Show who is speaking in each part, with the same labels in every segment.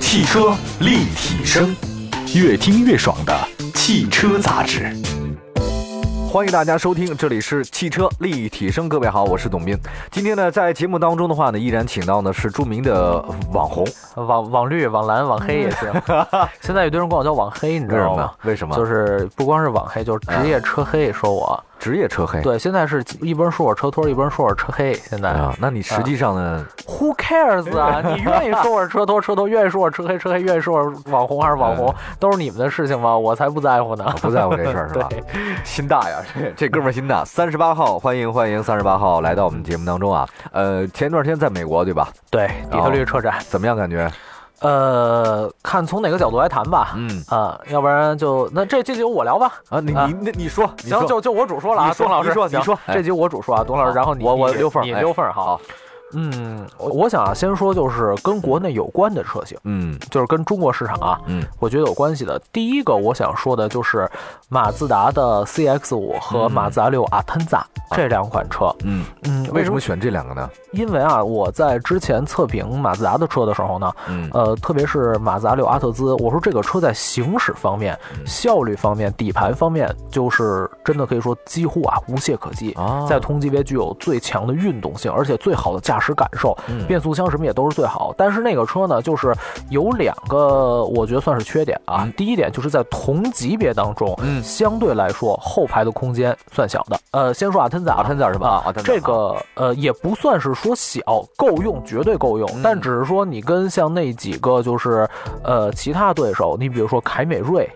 Speaker 1: 汽车立体声，越听越爽的汽车杂志。
Speaker 2: 欢迎大家收听，这里是汽车立体声。各位好，我是董斌。今天呢，在节目当中的话呢，依然请到呢是著名的网红，
Speaker 3: 网网绿、网蓝、网黑也行。现在有堆人管我叫网黑，你知道吗？
Speaker 2: 为什么？
Speaker 3: 就是不光是网黑，就是职业车黑，说我。
Speaker 2: 职业车黑。
Speaker 3: 对，现在是一拨人说我车托，一拨人说我车黑。现在
Speaker 2: 啊，那你实际上呢，
Speaker 3: Who cares 啊？你愿意说我是车托，车托；愿意说我车黑，车黑；愿意说我是网红还是网红，
Speaker 2: 嗯
Speaker 3: 都是你们的事情吗？我才不在乎呢。
Speaker 2: 啊不在乎这事儿是吧？
Speaker 3: 啊 对，
Speaker 2: 心大呀， 这这哥们儿心大。三十八号，欢迎欢迎，三十八号来到我们节目当中啊。呃，前段时间在美国对吧？
Speaker 3: 对，底特
Speaker 2: 哦
Speaker 3: 律车展。
Speaker 2: 怎么样感觉？
Speaker 3: 呃，看从哪个角度来谈吧。
Speaker 2: 嗯
Speaker 3: 啊，要不然就那这这集由我聊吧。
Speaker 2: 啊，你
Speaker 3: 啊
Speaker 2: 你那你说，你
Speaker 3: 行，
Speaker 2: 说
Speaker 3: 就就我主说了啊，
Speaker 2: 你说
Speaker 3: 董老师，
Speaker 2: 你说你
Speaker 3: 行
Speaker 2: 说哎
Speaker 3: 这集我主说啊，董老
Speaker 2: 好
Speaker 3: 师，然后你
Speaker 2: 我我
Speaker 3: 你
Speaker 2: 溜缝儿
Speaker 3: 你
Speaker 2: 哎
Speaker 3: 溜缝儿
Speaker 2: 好
Speaker 3: 好。嗯，我我想啊，先说就是跟国内有关的车型，
Speaker 2: 嗯
Speaker 3: 就是跟中国市场啊，
Speaker 2: 嗯
Speaker 3: 我觉得有关系的。第一个我想说的就是马自达的 CX 五和
Speaker 2: 嗯
Speaker 3: 马自达六 Atenza 这两款车。
Speaker 2: 嗯，
Speaker 3: 嗯，
Speaker 2: 为什么？选这两个呢？
Speaker 3: 因为啊，我在之前测评马自达的车的时候呢，
Speaker 2: 嗯
Speaker 3: 呃，特别是马自达六阿特兹，我说这个车在行驶方面、效率方面、底盘方面，就是真的可以说几乎啊无懈可击。
Speaker 2: 啊
Speaker 3: 在同级别具有最强的运动性，而且最好的驾驶感受，
Speaker 2: 嗯
Speaker 3: 变速箱什么也都是最好。但是那个车呢，就是有两个我觉得算是缺点啊。
Speaker 2: 嗯
Speaker 3: 第一点就是在同级别当中，
Speaker 2: 嗯
Speaker 3: 相对来说后排的空间算小的。呃，先说阿腾
Speaker 2: 阿
Speaker 3: 咋，
Speaker 2: 天赞是吧？
Speaker 3: 啊
Speaker 2: 阿天赞
Speaker 3: 这个呃也不算是说小，够用，绝对够用。
Speaker 2: 嗯
Speaker 3: 但只是说你跟像那几个就是呃其他对手，你比如说凯美 瑞、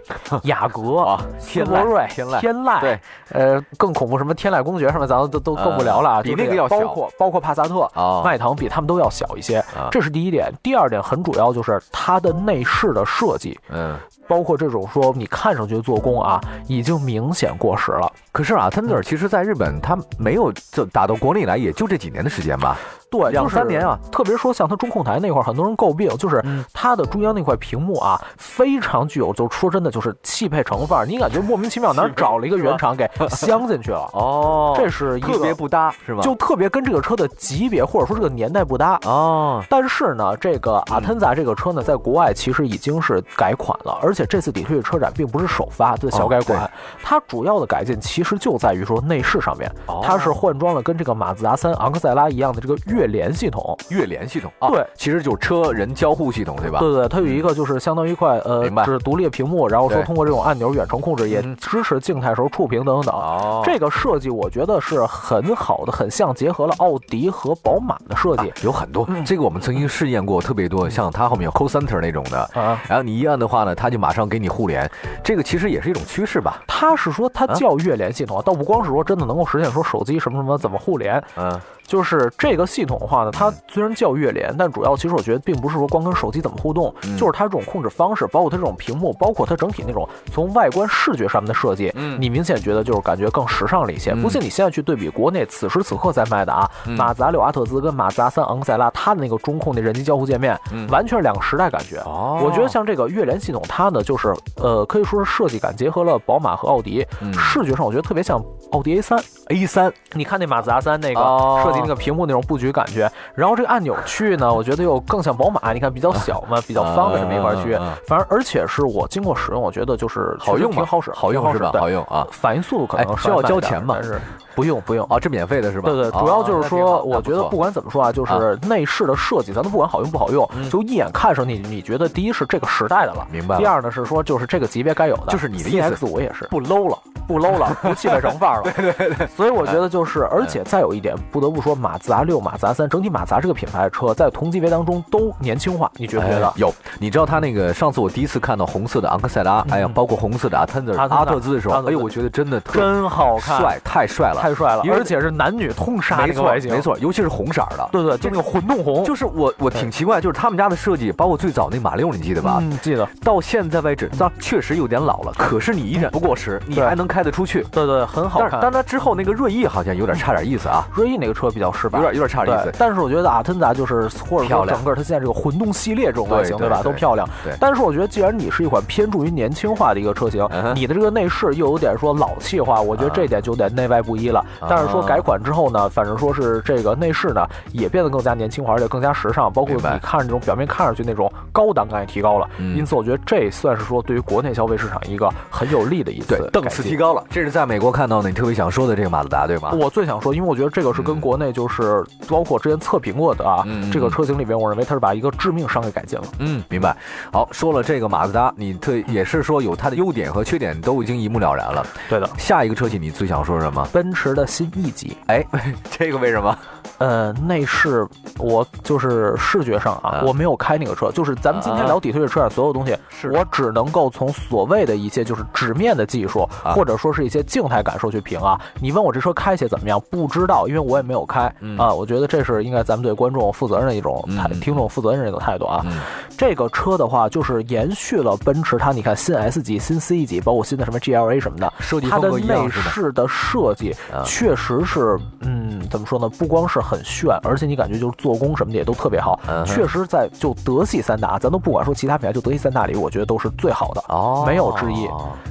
Speaker 3: 雅阁、
Speaker 2: 啊，
Speaker 3: 斯
Speaker 2: 天
Speaker 3: 铂
Speaker 2: 籁
Speaker 3: 瑞、
Speaker 2: 天籁
Speaker 3: 天籁，
Speaker 2: 对，
Speaker 3: 呃，更恐怖什么天籁公爵什么，咱们都都更不聊了啊。
Speaker 2: 嗯比
Speaker 3: 就这
Speaker 2: 那个要
Speaker 3: 包
Speaker 2: 小
Speaker 3: 括包括帕萨特、
Speaker 2: 啊，
Speaker 3: 迈腾比他们都要小一些
Speaker 2: 啊，
Speaker 3: 这是第一点。第二点很主要就是它的内饰的设计，
Speaker 2: 嗯。
Speaker 3: 包括这种说你看上去的做工啊，已经明显过时了。
Speaker 2: 可是啊，他
Speaker 3: 嗯
Speaker 2: 那儿其实在日本，他没有就打到国内来，也就这几年的时间吧。
Speaker 3: 对，
Speaker 2: 两
Speaker 3: 就是
Speaker 2: 三年啊，
Speaker 3: 特别说像它中控台那块儿，很多人诟病，就是
Speaker 2: 嗯
Speaker 3: 它的中央那块屏幕啊，非常具有，就说真的，就是汽配城范儿，你感觉莫名其妙哪儿找了一个 原厂给镶进去了，
Speaker 2: 哦
Speaker 3: 这是一个
Speaker 2: 特别不搭是吧？
Speaker 3: 就特别跟这个车的级别或者说这个年代不搭。
Speaker 2: 哦，
Speaker 3: 但是呢，这个阿腾萨这个车呢，在国外其实已经是改款了，而且这次底特律车展并不是首发的小改款，
Speaker 2: 哦
Speaker 3: 它主要的改进其实就在于说内饰上面，
Speaker 2: 哦
Speaker 3: 它是换装了跟这个马自达三昂克赛拉一样的这个月联系统，
Speaker 2: 月联系统啊，
Speaker 3: 对，
Speaker 2: 其实就是车人交互系统对吧？
Speaker 3: 对对，它有一个就是相当于一块呃
Speaker 2: 明白，
Speaker 3: 是独立的屏幕，然后说
Speaker 2: 对
Speaker 3: 通过这种按钮远程控制，也
Speaker 2: 嗯
Speaker 3: 支持静态时候触屏等等啊等。
Speaker 2: 哦，
Speaker 3: 这个设计我觉得是很好的，很像结合了奥迪和宝马的设计
Speaker 2: 有很多，
Speaker 3: 嗯
Speaker 2: 这个我们曾经试验过特别多，像它后面有 call center 那种的，
Speaker 3: 啊。
Speaker 2: 然后你一按的话呢，它就马上给你互联，这个其实也是一种趋势吧。
Speaker 3: 它是说它
Speaker 2: 啊
Speaker 3: 叫月联系统，倒不光是说真的能够实现说手机什么什么怎么互联，
Speaker 2: 嗯，
Speaker 3: 就是这个系统的话呢，它
Speaker 2: 嗯
Speaker 3: 虽然叫月联，但主要其实我觉得并不是说光跟手机怎么互动，
Speaker 2: 嗯
Speaker 3: 就是它这种控制方式，包括它这种屏幕，包括它整体那种从外观视觉上面的设计，
Speaker 2: 嗯
Speaker 3: 你明显觉得就是感觉更时尚了一些。
Speaker 2: 嗯
Speaker 3: 不信你现在去对比国内此时此刻在卖的啊，
Speaker 2: 嗯
Speaker 3: 马自达六阿特兹跟马自达三昂克赛拉，它的那个中控那人机交互界面，
Speaker 2: 嗯
Speaker 3: 完全是两个时代感觉。
Speaker 2: 哦
Speaker 3: 我觉得像这个月联系统，它呢就是呃，可以说是设计感结合了宝马和奥迪，
Speaker 2: 嗯
Speaker 3: 视觉上我觉得特别像奥迪 A 三。
Speaker 2: A 三
Speaker 3: 你看那马自达三那个
Speaker 2: 哦
Speaker 3: 设计那个屏幕那种布局感觉，然后这个按钮区域呢，我觉得又更像宝马，你看比较
Speaker 2: 啊
Speaker 3: 小嘛，比较方的这么一块区域
Speaker 2: 嗯嗯嗯嗯。
Speaker 3: 反正而且是我经过使用，我觉得就是
Speaker 2: 好用
Speaker 3: 确
Speaker 2: 吗
Speaker 3: 实挺好使，
Speaker 2: 好用是吧？
Speaker 3: 挺
Speaker 2: 好
Speaker 3: 使
Speaker 2: 用啊
Speaker 3: 对，反应速度可
Speaker 2: 哎
Speaker 3: 能
Speaker 2: 需要
Speaker 3: 稍微慢
Speaker 2: 交
Speaker 3: 一点
Speaker 2: 钱吗
Speaker 3: 但是不用不用。
Speaker 2: 哦，这免费的是吧？
Speaker 3: 对对，
Speaker 2: 哦
Speaker 3: 主要就是
Speaker 2: 那挺好
Speaker 3: 说，我觉得
Speaker 2: 那
Speaker 3: 不
Speaker 2: 错
Speaker 3: 管怎么说啊，就是内饰的设计，咱们不管好用不好用，
Speaker 2: 嗯
Speaker 3: 就一眼看上你，你觉得第一是这个时代的了，
Speaker 2: 明白了
Speaker 3: 第二呢是说就是这个级别该有的，
Speaker 2: 就是你的意思
Speaker 3: X 五也是不 low 了， 不 low 了，不气派成范儿了。 对对对。所以我觉得就是，
Speaker 2: 哎
Speaker 3: 而且再有一点，不得不说，马自达六、马自达三，整体马自达这个品牌的车在同级别当中都年轻化，你觉不觉得
Speaker 2: 哎？有，你知道他那个上次我第一次看到红色的昂克赛拉，
Speaker 3: 嗯
Speaker 2: 哎呀，包括红色的阿特兹、
Speaker 3: 阿特兹
Speaker 2: 阿特兹的时
Speaker 3: 阿
Speaker 2: 候，
Speaker 3: 特兹
Speaker 2: 哎呦，我觉得真的特
Speaker 3: 真好看，
Speaker 2: 帅，太帅了，
Speaker 3: 太帅了
Speaker 2: 因，为
Speaker 3: 而且是男女通杀
Speaker 2: 没
Speaker 3: 那个
Speaker 2: 错
Speaker 3: 外形，
Speaker 2: 没，错，尤其是红色儿的，
Speaker 3: 对对，就那个混动红，
Speaker 2: 就是我我挺奇怪，就是他们家的设计，包括最早那马六，你记得吧？
Speaker 3: 嗯，记得。
Speaker 2: 到现在为止，当然确实有点老了，可是你依然不过时，你
Speaker 3: 对
Speaker 2: 还能开得出去。
Speaker 3: 对对，很好
Speaker 2: 但是
Speaker 3: 看。
Speaker 2: 但它之后那个锐意好像有点差点意思 啊，
Speaker 3: 锐意那个车比较失败，
Speaker 2: 有点有点差点意
Speaker 3: 对
Speaker 2: 思。
Speaker 3: 但是我觉得阿特达就是或者
Speaker 2: 漂
Speaker 3: 说
Speaker 2: 亮
Speaker 3: 整个它现在这个混动系列这种类型，
Speaker 2: 对
Speaker 3: 吧？
Speaker 2: 对
Speaker 3: 都
Speaker 2: 对
Speaker 3: 漂亮。
Speaker 2: 对
Speaker 3: 但是我觉得，既然你是一款偏重于年轻化的一个车型
Speaker 2: 嗯，哼嗯
Speaker 3: 你的这个内饰又有点说老气化，我觉得这一点就有点内外不一
Speaker 2: 啊
Speaker 3: 了。但是说改款之后呢，反正说是这个内饰呢也变得更加年轻化，而且更加时尚，包括
Speaker 2: 明白
Speaker 3: 你看这种表面看上去那种高档感也提高了。
Speaker 2: 嗯
Speaker 3: 因此，我觉得这算是说对于国内消费市场一个很有利的一次
Speaker 2: 对，档
Speaker 3: 改
Speaker 2: 次
Speaker 3: 进
Speaker 2: 提高了。这是在美国看到的，你特别想说的这个马自达，对吗？
Speaker 3: 我最想说，因为我觉得这个是
Speaker 2: 啊嗯
Speaker 3: 跟国内就是包括之前测评过的啊，
Speaker 2: 嗯嗯
Speaker 3: 这个车型里边，我认为它是把一个致命伤给改进了。
Speaker 2: 嗯，明白。好，说了这个马自达，你特也是说有它的优点和缺点都已经一目了然了。
Speaker 3: 对的，
Speaker 2: 下一个车企你最想说什 么？
Speaker 3: 奔驰的新 E 级，
Speaker 2: 哎，这个为什么？
Speaker 3: 呃，内饰我就是视觉上啊，
Speaker 2: 嗯
Speaker 3: 我没有开那个车，就是咱们今天聊底特律车展所有东西，
Speaker 2: 啊是
Speaker 3: 我只能够从所谓的一些就是纸面的技术，
Speaker 2: 啊
Speaker 3: 或者说是一些静态感受去评啊。你问我这车开起来怎么样，不知道，因为我也没有开、
Speaker 2: 嗯
Speaker 3: 啊。我觉得这是应该咱们对观众负责任的一种
Speaker 2: 嗯
Speaker 3: 态，
Speaker 2: 嗯
Speaker 3: 听众负责任的一种态度啊。
Speaker 2: 嗯
Speaker 3: 这个车的话，就是延续了奔驰它，你看新 S 级、新 C 级，包括新的什么 GLA 什么的，
Speaker 2: 设计
Speaker 3: 它
Speaker 2: 风
Speaker 3: 的
Speaker 2: 格一
Speaker 3: 内
Speaker 2: 样是吧？
Speaker 3: 饰的设计
Speaker 2: 啊
Speaker 3: 确实是，嗯，怎么说呢？不光是很炫，而且你感觉就是做工什么的也都特别好
Speaker 2: 嗯哼。
Speaker 3: 确实，在就德系三大，咱都不管说其他品牌，就德系三大里，我觉得都是最好的。
Speaker 2: 哦
Speaker 3: 没有之一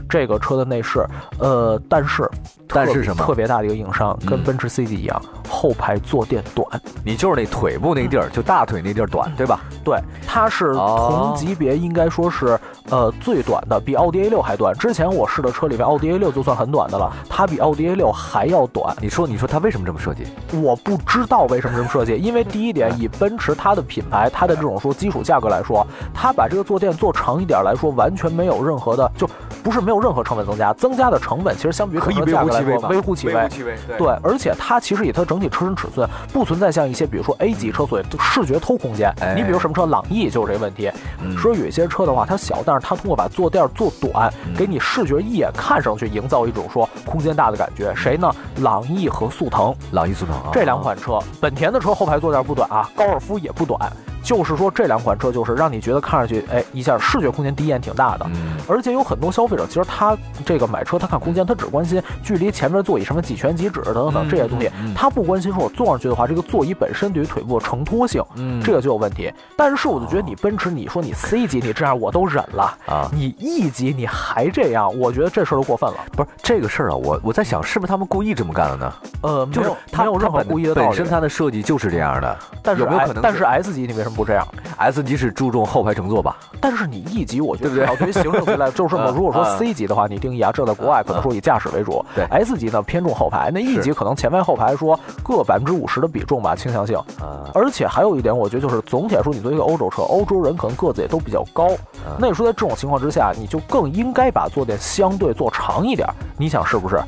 Speaker 3: 这个车的内饰，呃，但是
Speaker 2: 嗯但
Speaker 3: 特
Speaker 2: 是什么
Speaker 3: 特别大的一个硬伤，
Speaker 2: 嗯
Speaker 3: 跟奔驰 C 级一样，后排坐垫短。
Speaker 2: 你就是那腿部那个地儿，就大腿那地儿
Speaker 3: 嗯
Speaker 2: 短，对吧？
Speaker 3: 对，它是
Speaker 2: 哦
Speaker 3: 同级别应该说是呃最短的，比奥迪 A 六还短。之前我试的车里面，奥迪 A 六就算很短的了，它比奥迪 A 六还要短。
Speaker 2: 你说，你说它为什么这么设计？
Speaker 3: 我不知道为什么这么设计，因为第一点，以奔驰它的品牌，它的这种说基础价格来说，它把这个坐垫做长一点来说，完全没有任何的，就不是没有任何成本增加，增加的成本其实相比于
Speaker 2: 可以
Speaker 3: 整个价格来
Speaker 2: 微乎其微
Speaker 3: 说
Speaker 2: 吧
Speaker 3: 微乎其微。
Speaker 2: 其微，对
Speaker 3: 对，而且它其实以它整体车身尺寸，不存在像一些比如说 A 级车所谓的视觉偷空间
Speaker 2: 哎。
Speaker 3: 你比如什么车，朗逸就是这个问题。
Speaker 2: 嗯
Speaker 3: 说有一些车的话，它小，但是它通过把坐垫做短
Speaker 2: 嗯，
Speaker 3: 给你视觉一眼看上去营造一种说空间大的感觉。谁呢？朗逸和速腾
Speaker 2: 朗逸速腾嗯啊，
Speaker 3: 这两款车，本田的车后排坐垫不短啊，高尔夫也不短。就是说这两款车就是让你觉得看上去，哎，一下视觉空间第一眼挺大的。
Speaker 2: 嗯，
Speaker 3: 而且有很多消费者，其实他这个买车，他看空间，他只关心距离前面座椅什么几拳几指等等
Speaker 2: 嗯
Speaker 3: 这些东西
Speaker 2: 嗯嗯，
Speaker 3: 他不关心说我坐上去的话，这个座椅本身对于腿部的承托性，
Speaker 2: 嗯
Speaker 3: 这个就有问题。但是我就觉得你奔驰，你说你 C 级你这样我都忍了，
Speaker 2: 啊，
Speaker 3: 你 E 级你还这样，我觉得这事儿就过分了。
Speaker 2: 不是这个事儿啊，我我在想，是不是他们故意这么干的呢？
Speaker 3: 呃，没
Speaker 2: 就是
Speaker 3: 有
Speaker 2: 它
Speaker 3: 没有任
Speaker 2: 它
Speaker 3: 何
Speaker 2: 本
Speaker 3: 故意的道
Speaker 2: 本
Speaker 3: 理
Speaker 2: 身。它的设计就是这样的。
Speaker 3: 但是
Speaker 2: 有没有
Speaker 3: I-
Speaker 2: 可能
Speaker 3: 但
Speaker 2: 是
Speaker 3: 是 S 级你为什么不这样？
Speaker 2: S 级是注重后排乘坐吧？
Speaker 3: 但是你 E 级，我觉得
Speaker 2: 对不对
Speaker 3: 至少对于行政级来，就是说嘛，
Speaker 2: 嗯
Speaker 3: 如果说
Speaker 2: 嗯
Speaker 3: C 级的话，你定义啊，这在国外可能说以驾驶为主，
Speaker 2: 对
Speaker 3: S 级呢偏重后排，那 E
Speaker 2: 是
Speaker 3: 级可能前排后排说各百分之五十的比重吧，倾向性。
Speaker 2: 啊，
Speaker 3: 而且还有一点，我觉得就是总体来说，你作为一个欧洲车，欧洲人可能个子也都比较高，
Speaker 2: 嗯
Speaker 3: 那你说在这种情况之下，你就更应该把坐垫相对做长一点，你想是不是？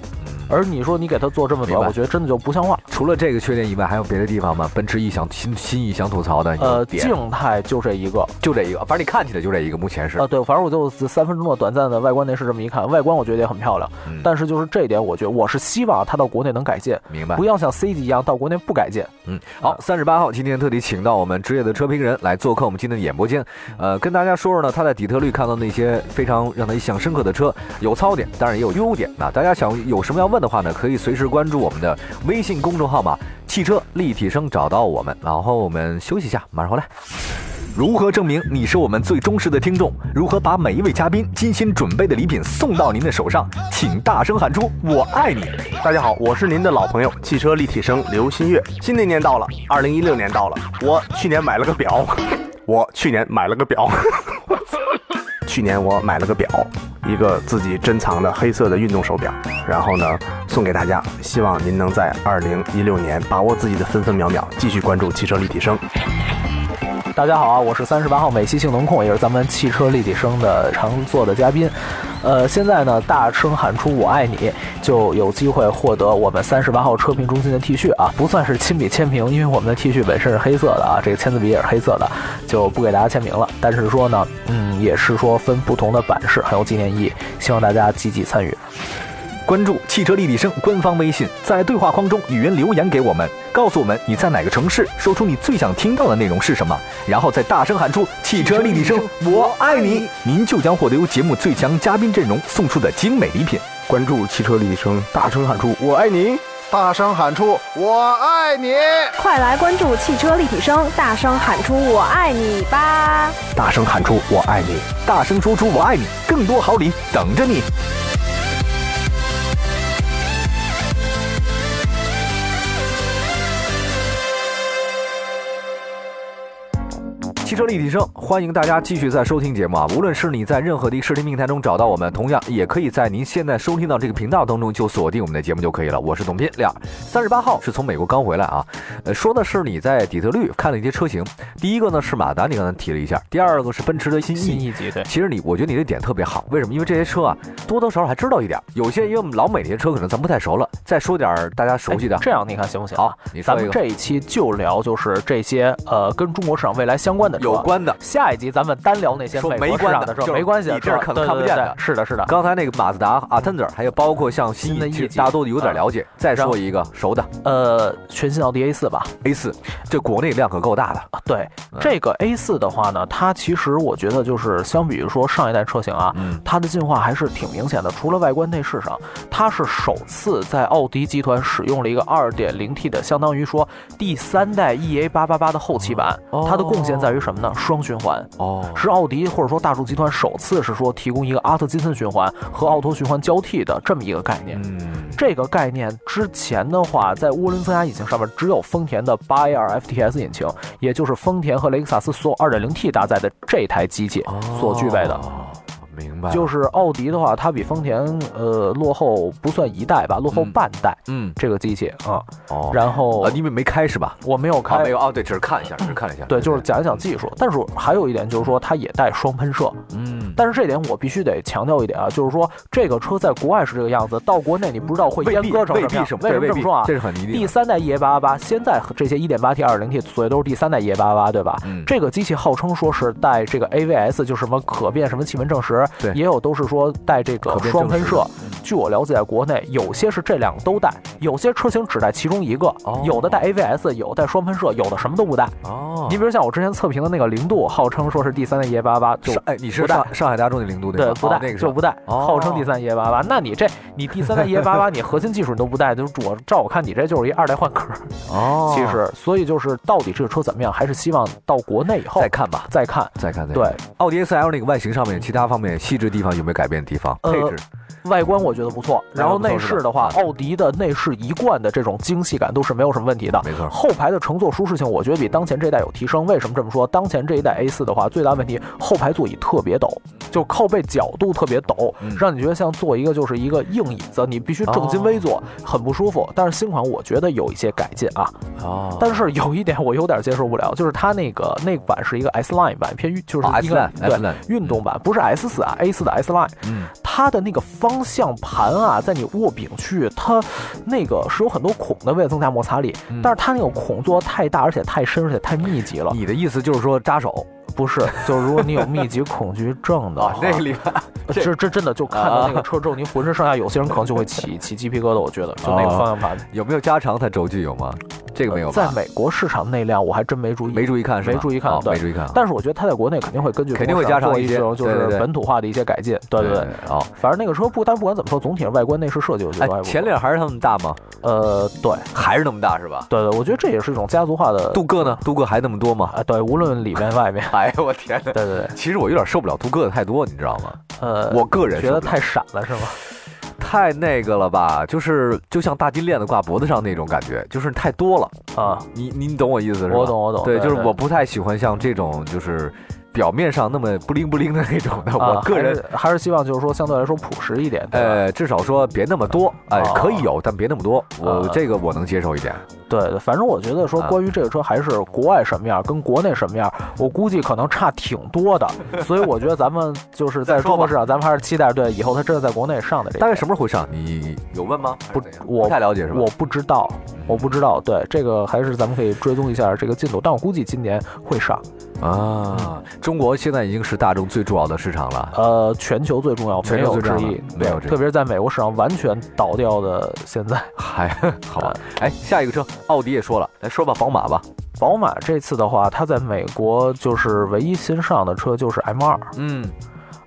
Speaker 3: 而你说你给它做这么
Speaker 2: 明白
Speaker 3: 短，我觉得真的就不像话。
Speaker 2: 嗯除了这个缺点以外，还有别的地方吗？奔驰 E 想新新 E 想吐槽的有
Speaker 3: 呃，
Speaker 2: 点，
Speaker 3: 静态就这一个，
Speaker 2: 就这一个，反正你看起来就这一个，目前是
Speaker 3: 啊，对，反正我就三分钟的短暂的外观内饰这么一看，外观我觉得也很漂亮，
Speaker 2: 嗯
Speaker 3: 但是就是这一点，我觉得我是希望它到国内能改进，
Speaker 2: 明白
Speaker 3: 不。要像 C 级一样到国内不改进。
Speaker 2: 嗯，好，三十八号今天特地请到我们职业的车评人来做客我们今天的演播间，呃，跟大家说说呢，他在底特律看到那些非常让他印象深刻的车，有槽点，当然也有优点。那大家想有什么要问的话呢，可以随时关注我们的微信公众号码“汽车立体声”，找到我们。然后我们休息一下，马上回来。如何证明你是我们最忠实的听众？如何把每一位嘉宾精心准备的礼品送到您的手上？请大声喊出“我爱你
Speaker 4: 大家好，我是您的老朋友汽车立体声刘新月。新的一年到了，二零一六年到了，我去年买了个表， 我去年买了个表， 去年我买了个表，一个自己珍藏的黑色的运动手表，然后呢送给大家，希望您能在二零一六年把握自己的分分秒秒，继续关注汽车立体声。
Speaker 3: 大家好啊，我是三十八号美系性能控，也是咱们汽车立体声的常做的嘉宾。呃，现在呢，大声喊出“我爱你”，就有机会获得我们三十八号车评中心的 T 恤啊，不算是亲笔签名，因为我们的 T 恤本身是黑色的啊，这个签字笔也是黑色的，就不给大家签名了。但是说呢，嗯，也是说分不同的版式，很有纪念意义，希望大家积极参与。”，
Speaker 2: 关注汽车立体声官方微信，在对话框中语音留言给我们，告诉我们你在哪个城市，说出你最想听到的内容是什么，然后再大声喊出“汽车立体声，我爱你”，您就将获得由节目最强嘉宾阵容送出的精美礼品。
Speaker 4: 关注汽车立体声，大声喊出“我爱你
Speaker 5: 大声喊出“我爱你
Speaker 6: 快来关注汽车立体声，大声喊出“我爱你”吧！”，
Speaker 4: 大声喊出“我爱你”。
Speaker 1: 大声说出我爱你，更多好礼等着你。
Speaker 2: 汽车立体声，欢迎大家继续在收听节目啊！无论是你在任何的视听平台中找到我们，同样也可以在您现在收听到这个频道当中就锁定我们的节目就可以了。我是董斌亮，三十八号是从美国刚回来啊，呃，说的是你在底特律看了一些车型，第一个呢是马自达，你刚才提了一下，第二个是奔驰的新 E，
Speaker 7: 新一集对，
Speaker 2: 其实你，我觉得你这点特别好，为什么？因为这些车啊，多多少少还知道一点儿。有些因为我们老美这些车可能咱不太熟了，再说点儿大家熟悉的
Speaker 7: 哎。这样你看行不行？
Speaker 2: 好，，你
Speaker 3: 哎咱
Speaker 2: 说一
Speaker 3: 们
Speaker 2: 个
Speaker 3: 这一期就聊就是这些呃跟中国市场未来相关的车。啊
Speaker 2: 有关的。
Speaker 3: 下一集咱们单聊那些
Speaker 2: 说
Speaker 3: 美
Speaker 2: 没
Speaker 3: 国市
Speaker 2: 关
Speaker 3: 场
Speaker 2: 的
Speaker 3: 的
Speaker 2: 就
Speaker 3: 车，
Speaker 2: 是
Speaker 3: 没关系的
Speaker 2: 你
Speaker 3: 车，
Speaker 2: 这儿可能
Speaker 3: 对
Speaker 2: 看不
Speaker 3: 对
Speaker 2: 见
Speaker 3: 对
Speaker 2: 的
Speaker 3: 是的，是的。
Speaker 2: 刚才那个马自达阿特 n 还有包括像新
Speaker 3: 新的
Speaker 2: 一，其实
Speaker 3: E 级
Speaker 2: 大家都有点了解。再说一个熟的
Speaker 3: 呃，全新奥迪 A 4吧，
Speaker 2: A 四，这国内量可够大的。
Speaker 3: 啊对，
Speaker 2: 嗯
Speaker 3: 这个 A 4的话呢，它其实我觉得就是相比于说上一代车型啊，
Speaker 2: 嗯，
Speaker 3: 它的进化还是挺明显的。除了外观内饰上，它是首次在奥迪集团使用了一个 2.0T 的，相当于说第三代 E EA888 的后期版。
Speaker 2: 哦
Speaker 3: 它的贡献在于什么呢？双循环
Speaker 2: 哦，
Speaker 3: 是奥迪或者说大众集团首次是说提供一个阿特金森循环和奥托循环交替的这么一个概念。
Speaker 2: 嗯，
Speaker 3: 这个概念之前的话，在涡轮增压引擎上面只有丰田的 8AR FTS 引擎，也就是丰田和雷克萨斯所有 2.0T 搭载的这台机器所具备的。
Speaker 2: 嗯哦，明白了。
Speaker 3: 就是奥迪的话，它比丰田呃落后不算一代吧，落后
Speaker 2: 嗯
Speaker 3: 半代、
Speaker 2: 嗯，
Speaker 3: 这个机器啊。
Speaker 2: 哦，
Speaker 3: 然后、
Speaker 2: 啊，因为没开是吧？
Speaker 3: 我没有
Speaker 2: 啊，
Speaker 3: 开，嗯
Speaker 2: 没有哦，对，只是看一下，只是看一下。
Speaker 3: 对，就是讲一讲技术。但是还有一点就是说，它也带双喷射。
Speaker 2: 嗯，
Speaker 3: 但是这点我必须得强调一点啊，就是说这个车在国外是这个样子，到国内你不知道会
Speaker 2: 未
Speaker 3: 阉
Speaker 2: 必
Speaker 3: 割成
Speaker 2: 未
Speaker 3: 什么
Speaker 2: 必
Speaker 3: 样。
Speaker 2: 什么，
Speaker 3: 为
Speaker 2: 对
Speaker 3: 什么
Speaker 2: 未
Speaker 3: 这
Speaker 2: 必
Speaker 3: 么说啊？
Speaker 2: 这是很一定
Speaker 3: 第
Speaker 2: 的。
Speaker 3: 三代 EA 八八八，现在这些一点八 T、二零 T 所谓都是第三代 EA 八八八，对吧？
Speaker 2: 嗯
Speaker 3: 这个机器号称说是带这个 AVS，就是什么可变什么气门正时，
Speaker 2: 对
Speaker 3: 也有都是说带这
Speaker 2: 可
Speaker 3: 个
Speaker 2: 变嗯
Speaker 3: 双喷
Speaker 2: 正
Speaker 3: 射。据我了解，在国内有些是这两个都带，有些车型只带其中一个，
Speaker 2: 哦
Speaker 3: 有的带 AVS，有的带双喷射，有的什么都不带。
Speaker 2: 哦，
Speaker 3: 你比如像我之前测评的那个零度，号称说是第三代 EA 八八，就
Speaker 2: 上哎，你是
Speaker 3: 不带
Speaker 2: 上上海大众的零度那
Speaker 3: 对
Speaker 2: 个，
Speaker 3: 不
Speaker 2: 哦
Speaker 3: 带、
Speaker 2: 那个是
Speaker 3: 就
Speaker 2: 吧
Speaker 3: 不带，
Speaker 2: 哦
Speaker 3: 号称第三爷八八，那你这你第三代爷 八八，你核心技术你都不带，就是我照我看你这就是一二代换壳儿。
Speaker 2: 哦
Speaker 3: 其实，所以就是到底这个车怎么样，还是希望到国内以后
Speaker 2: 再看吧，
Speaker 3: 再看。
Speaker 2: 再看再看
Speaker 3: 哦对，
Speaker 2: 奥迪 A4L 那个外形上面，其他方面细致地方有没有改变的地方？
Speaker 3: 呃
Speaker 2: 配置
Speaker 3: 外观我觉得不错，然后内饰的话，
Speaker 2: 外观
Speaker 3: 奥迪的内饰一贯的这种精细感都是没有什么问题的。
Speaker 2: 没错，
Speaker 3: 后排的乘坐舒适性，我觉得比当前这一代有提升。为什么这么说？当前这一代 A 4的话，最大问题后排座椅特别陡，就靠背角度特别陡
Speaker 2: 嗯，
Speaker 3: 让你觉得像坐一个就是一个硬椅子，你必须正襟危坐，很不舒服。但是新款我觉得有一些改进啊，
Speaker 2: 哦
Speaker 3: 但是有一点我有点接受不了，就是它那个那个版是一个 S Line 版，偏于就是一
Speaker 2: 哦 S
Speaker 3: 个
Speaker 2: line
Speaker 3: 对
Speaker 2: S。line，
Speaker 3: 运动版不是 S 4啊，A 4的 S Line，
Speaker 2: 嗯，
Speaker 3: 它的那个方向盘啊，在你握柄区，它那个是有很多孔的，为了增加摩擦力。
Speaker 2: 嗯
Speaker 3: 但是它那个孔做得太大，而且太深，而且太密集了。
Speaker 2: 你的意思就是说扎手
Speaker 3: 不是，就是如果你有密集恐惧症的 话，
Speaker 2: 哦那个里边这啊
Speaker 3: 这这真的就看到那个车之后，您浑身上下有些人可能就 会起起鸡皮疙瘩。我觉得就那个方向盘，
Speaker 2: 有没有加长它轴距有吗？哦这个没有
Speaker 3: 在
Speaker 2: 吧？
Speaker 3: 美国市场那辆我还真没注意，
Speaker 2: 没注意看是吧？
Speaker 3: 没注意看
Speaker 2: 哦
Speaker 3: 对
Speaker 2: 没注意看。
Speaker 3: 但是我觉得它在国内肯定会根据
Speaker 2: 肯定会
Speaker 3: 中国市
Speaker 2: 加上
Speaker 3: 做
Speaker 2: 一
Speaker 3: 一
Speaker 2: 些
Speaker 3: 种就
Speaker 2: 对
Speaker 3: 是
Speaker 2: 对对
Speaker 3: 本土化的一些改进。对对对，
Speaker 2: 哦，
Speaker 3: 反正那个车不，但不管怎么说，总体上外观内饰设计我觉得还
Speaker 2: 哎，
Speaker 3: 不错
Speaker 2: 前脸还是那么大吗？
Speaker 3: 呃，对
Speaker 2: 还是那么大是吧？
Speaker 3: 对对，我觉得这也是一种家族化的
Speaker 2: 镀铬呢？镀铬还那么多吗？
Speaker 3: 啊，对，无论里面外面
Speaker 2: 呃 ，哎呦我天哪！
Speaker 3: 对对对，
Speaker 2: 其实我有点受不了镀铬的太多，你知道吗？
Speaker 3: 呃，
Speaker 2: 我个人
Speaker 3: 觉得
Speaker 2: 受不了
Speaker 3: 太闪了是吗？
Speaker 2: 太那个了吧，就是就像大金链子挂脖子上那种感觉，就是太多了。
Speaker 3: 啊，
Speaker 2: 你你懂我意思是吧？
Speaker 3: 我懂我懂，
Speaker 2: 对，就是我不太喜欢像这种就是表面上那么不灵不灵的那种的。
Speaker 3: 啊
Speaker 2: 我个
Speaker 3: 还
Speaker 2: 人
Speaker 3: 是还是希望就是说相对来说朴实一点，对吧
Speaker 2: 呃，至少说别那么多，哎、
Speaker 3: 哦
Speaker 2: 可以有，但别那么多。我、
Speaker 3: 呃
Speaker 2: 这个我能接受一点。
Speaker 3: 对对，反正我觉得说
Speaker 2: 啊
Speaker 3: 关于这个车还是国外什么样跟国内什么样，我估计可能差挺 多的，所以我觉得咱们就是在
Speaker 2: 再说
Speaker 3: 中国
Speaker 2: 吧
Speaker 3: 市场，咱们还是期待对以后它真的在国内上的这
Speaker 2: 大
Speaker 3: 个。
Speaker 2: 概什么时候会上？你有问吗？
Speaker 3: 不
Speaker 2: 还是怎样
Speaker 3: 我
Speaker 2: 不太了解是吧？
Speaker 3: 我不知道，
Speaker 2: 嗯
Speaker 3: 我不知道，对这个还是咱们可以追踪一下这个进度，但我估计今年会上。
Speaker 2: 啊，中国现在已经是大众最主要的市场了。
Speaker 3: 呃，全球最重要，
Speaker 2: 全
Speaker 3: 没
Speaker 2: 球
Speaker 3: 有
Speaker 2: 最
Speaker 3: 之
Speaker 2: 重要
Speaker 3: 一，
Speaker 2: 没有
Speaker 3: 对
Speaker 2: 之一
Speaker 3: 特别是在美国市场完全倒掉的现在，
Speaker 2: 嗨、 好吧。哎，下一个车，奥迪也说了，来说吧，宝马吧。
Speaker 3: 宝马这次的话，它在美国就是唯一新上的车就是 M 2
Speaker 2: 嗯，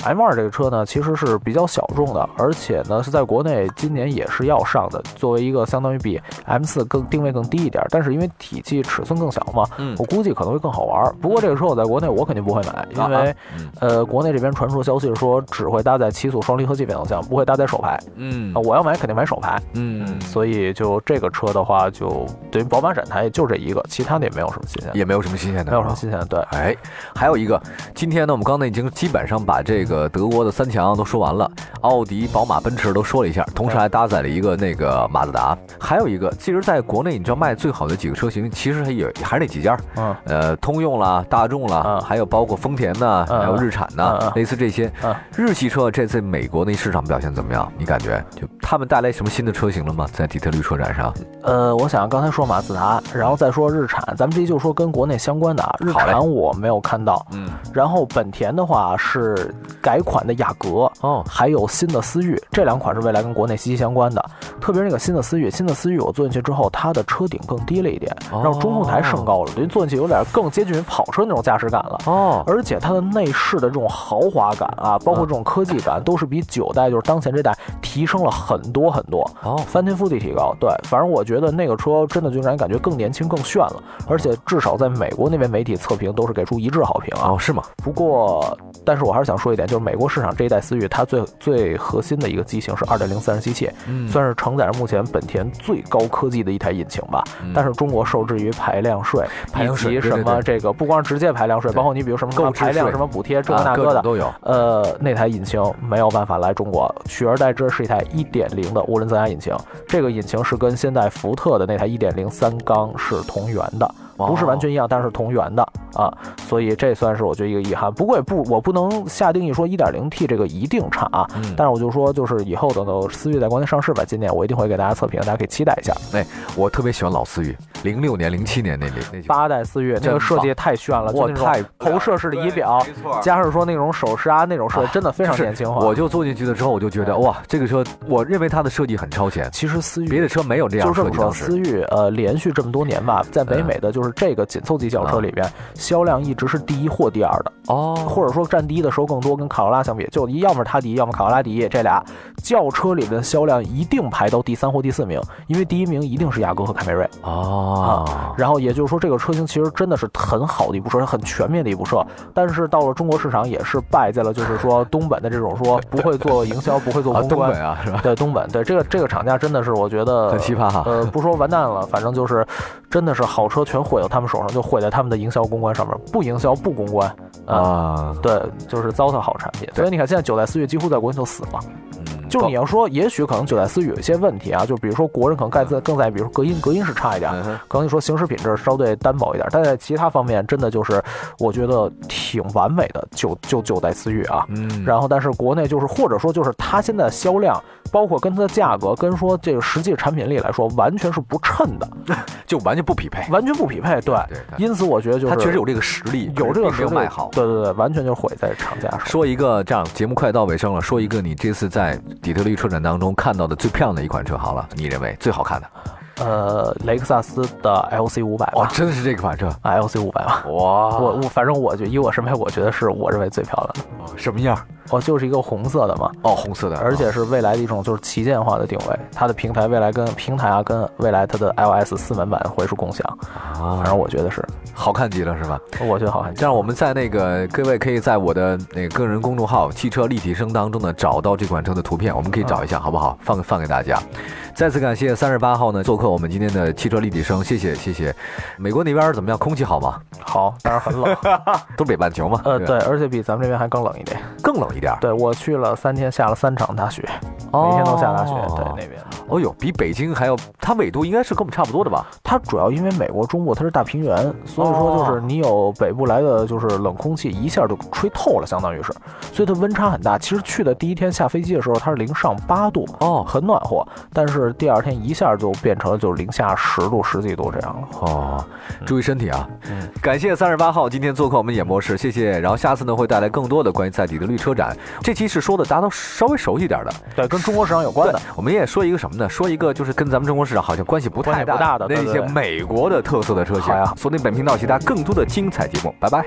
Speaker 3: M2 这个车呢，其实是比较小众的，而且呢是在国内今年也是要上的，作为一个相当于比 M4 更定位更低一点，但是因为体积尺寸更小嘛，
Speaker 2: 嗯
Speaker 3: 我估计可能会更好玩。不过这个车我在国内我肯定不会买，
Speaker 2: 啊
Speaker 3: 因为、
Speaker 2: 嗯
Speaker 3: 呃国内这边传出的消息说只会搭载七速双离合器变速箱，不会搭载手排。
Speaker 2: 嗯
Speaker 3: 啊，我要买肯定买手排，
Speaker 2: 嗯，
Speaker 3: 所以就这个车的话，就对于宝马展台也就这一个，其他的也没有什么新鲜，
Speaker 2: 也没有什么新鲜的，
Speaker 3: 没有什么新鲜的。对，
Speaker 2: 哎，还有一个，今天呢，我们刚才已经基本上把这个德国的三强都说完了，奥迪、宝马、奔驰都说了一下，同时还搭载了一个那个马自达，还有一个，其实在国内你知道卖最好的几个车型，其实还也还是那几家，
Speaker 3: 嗯，
Speaker 2: 呃，通用啦、大众啦，
Speaker 3: 嗯
Speaker 2: 还有包括丰田呐，
Speaker 3: 嗯
Speaker 2: 还有日产呐，
Speaker 3: 嗯嗯
Speaker 2: 类似这些。
Speaker 3: 嗯
Speaker 2: 日系车这次美国那市场表现怎么样？你感觉就他们带来什么新的车型了吗？在底特律车展上？
Speaker 3: 呃，我想刚才说马自达，然后再说日产，咱们这就说跟国内相关的啊。日
Speaker 2: 好嘞
Speaker 3: 产我没有看到，
Speaker 2: 嗯，
Speaker 3: 然后本田的话是改款的雅阁，
Speaker 2: 哦，
Speaker 3: 还有新的思域，这两款是未来跟国内息息相关的。特别是那个新的思域，新的思域我坐进去之后，它的车顶更低了一点，
Speaker 2: 哦
Speaker 3: 然后中控台升高了，等于坐进去有点更接近于跑车那种驾驶感了。
Speaker 2: 哦，
Speaker 3: 而且它的内饰的这种豪华感啊，包括这种科技感，都是比九代就是当前这代提升了很多很多。
Speaker 2: 哦，
Speaker 3: 翻天覆地提高，对，反正我觉得那个车真的就让人感觉更年轻、更炫了，而且至少在美国那边媒体测评都是给出一致好评啊。
Speaker 2: 哦，是吗？
Speaker 3: 不过，但是我还是想说一点，就是美国市场这一代思域，它最最核心的一个机型是2.0自然吸气，
Speaker 2: 嗯
Speaker 3: 算是承载着目前本田最高科技的一台引擎吧。
Speaker 2: 嗯
Speaker 3: 但是中国受制于排量税，
Speaker 2: 排量税
Speaker 3: 以及
Speaker 2: 对
Speaker 3: 什
Speaker 2: 对对
Speaker 3: 么这个不光是直接排量税，
Speaker 2: 对
Speaker 3: 包括你比如什么
Speaker 2: 购置
Speaker 3: 排量
Speaker 2: 税
Speaker 3: 什么补贴这个
Speaker 2: 啊
Speaker 3: 那
Speaker 2: 各
Speaker 3: 个
Speaker 2: 种
Speaker 3: 的，
Speaker 2: 都有。
Speaker 3: 呃，那台引擎没有办法来中国，取而代之是一台1.0的涡轮增压引擎。这个引擎是跟现在福特的那台1.0三缸是同源的，
Speaker 2: 哦
Speaker 3: 不是完全一样，但是同源的啊。所以这算是我觉得一个遗憾。不过也不，我不能下定义说 1.0T 这个一定差啊。
Speaker 2: 嗯
Speaker 3: 但是我就说，就是以后等到思域在国内上市吧，今年我一定会给大家测评，大家可以期待一下。
Speaker 2: 我特别喜欢老思域，零六年、零七年那里那几
Speaker 3: 八代思域那
Speaker 2: 真
Speaker 3: 个设
Speaker 2: 棒
Speaker 3: 计太炫
Speaker 2: 哇
Speaker 3: 了，就那种
Speaker 2: 太
Speaker 3: 投射式的仪表，加上说那种手刹那种设计，真的非常
Speaker 2: 是
Speaker 3: 年轻化。
Speaker 2: 啊我就坐进去了之后，我就觉得哇，这个车我认为它的设计很超前，
Speaker 3: 其实思域
Speaker 2: 别的车没有这
Speaker 3: 就
Speaker 2: 样
Speaker 3: 这
Speaker 2: 设
Speaker 3: 么
Speaker 2: 计
Speaker 3: 说，
Speaker 2: 当时。嗯
Speaker 3: 思域呃，连续这么多年吧，在北美的就是这个紧凑级轿车里边，销量一直是第一或第二的，
Speaker 2: 哦，
Speaker 3: 或者说占第一的时候更多，跟卡罗拉相比，就一要么是它第一，要么卡罗拉第一，这俩轿车里的销量一定排到第三或第四名，因为第一名一定是雅阁和凯美瑞。啊
Speaker 2: 哦，
Speaker 3: 然后也就是说，这个车型其实真的是很好的一部车，很全面的一部车，但是到了中国市场也是败在了就是说东本的这种说不会做营销，不会做
Speaker 2: 啊，
Speaker 3: 公
Speaker 2: 东
Speaker 3: 关。
Speaker 2: 北啊，是吧？
Speaker 3: 对东本，对这个这个厂家真的是，我觉得
Speaker 2: 很奇葩哈
Speaker 3: 呃，不说完蛋了，反正就是真的是好车全毁到他们手上，就毁在他们的营销公关上面，不营销不公关啊、呃
Speaker 2: 啊，
Speaker 3: 对，就是糟蹋好产品。所以你看，现在九代思域几乎在国内就死了。
Speaker 2: 嗯
Speaker 3: 就是你要说，也许可能九代思域有一些问题啊，就比如说国人可能更在更在，比如说隔音，隔音是差一点
Speaker 2: 嗯哼，
Speaker 3: 可能你说行驶品质稍对单薄一点，但在其他方面真的就是我觉得挺完美的九九九代思域啊。
Speaker 2: 嗯，
Speaker 3: 然后，但是国内就是或者说就是它现在的销量，包括跟它的价格，跟说这个实际产品力来说，完全是不衬的，
Speaker 2: 就完全不匹配。
Speaker 3: 完全不匹配。对，
Speaker 2: 对对
Speaker 3: 因此我觉得就是
Speaker 2: 它确实有这个实力，
Speaker 3: 有这个
Speaker 2: 并
Speaker 3: 实
Speaker 2: 没有
Speaker 3: 力
Speaker 2: 卖好。
Speaker 3: 对对对，完全就是毁在厂家手。
Speaker 2: 说一个这样，节目快到尾声了，说一个你这次在底特律车展当中看到的最漂亮的一款车，好了，你认为最好看的？
Speaker 3: 呃，雷克萨斯的 LC 五百
Speaker 2: 哇，啊
Speaker 3: 吧，
Speaker 2: 真的是这款车，
Speaker 3: 啊 LC 五百吧。
Speaker 2: 哇，
Speaker 3: 我我反正我觉以我审美，我觉得是我认为最漂亮的。
Speaker 2: 什么样？
Speaker 3: 哦，就是一个红色的嘛，
Speaker 2: 哦，红色的，
Speaker 3: 而且是未来的一种就是旗舰化的定位。它的平台未来跟平台啊，跟未来它的 iOS 四门版会是共享。
Speaker 2: 啊
Speaker 3: 反，正我觉得是，
Speaker 2: 好看极了，是吧？
Speaker 3: 我觉得好看。
Speaker 2: 这样，我们在那个各位可以在我的那个个人公众号“汽车立体声”当中呢，找到这款车的图片，我们可以找一下，
Speaker 3: 嗯
Speaker 2: 好不好？放放给大家。再次感谢三十八号呢做客我们今天的汽车立体声，谢谢谢谢。美国那边怎么样？空气好吗？
Speaker 3: 好，当然很冷，
Speaker 2: 都是北半球嘛，
Speaker 3: 呃，
Speaker 2: 吧
Speaker 3: 对，而且比咱们这边还更冷一点。
Speaker 2: 更冷一点儿。
Speaker 3: 对我去了三天，下了三场大雪，
Speaker 2: 哦
Speaker 3: 每天都下大雪。对那边，
Speaker 2: 哦呦，比北京还要，它纬度应该是跟我们差不多的吧？
Speaker 3: 它主要因为美国中部它是大平原，所以说就是你有北部来的就是冷空气，一下就吹透了，相当于是，所以它温差很大。其实去的第一天下飞机的时候，它是零上八度。
Speaker 2: 哦
Speaker 3: 很暖和，但是第二天一下就变成了就零下十度、十几度这样了。
Speaker 2: 哦，注意身体啊！
Speaker 3: 嗯
Speaker 2: 感谢三十八号今天做客我们演播室，谢谢。然后下次呢会带来更多的关于在底特律车展，这期是说的大家都稍微熟悉点儿的。
Speaker 3: 对，跟中国市场有关的，
Speaker 2: 我们也说一个什么呢？说一个就是跟咱们中国市场好像关系不太
Speaker 3: 关系不大的对
Speaker 2: 那
Speaker 3: 对
Speaker 2: 些
Speaker 3: 对
Speaker 2: 美国的特色的车型。啊
Speaker 3: 好呀
Speaker 2: 锁定本频道，其他更多的精彩节目，拜拜。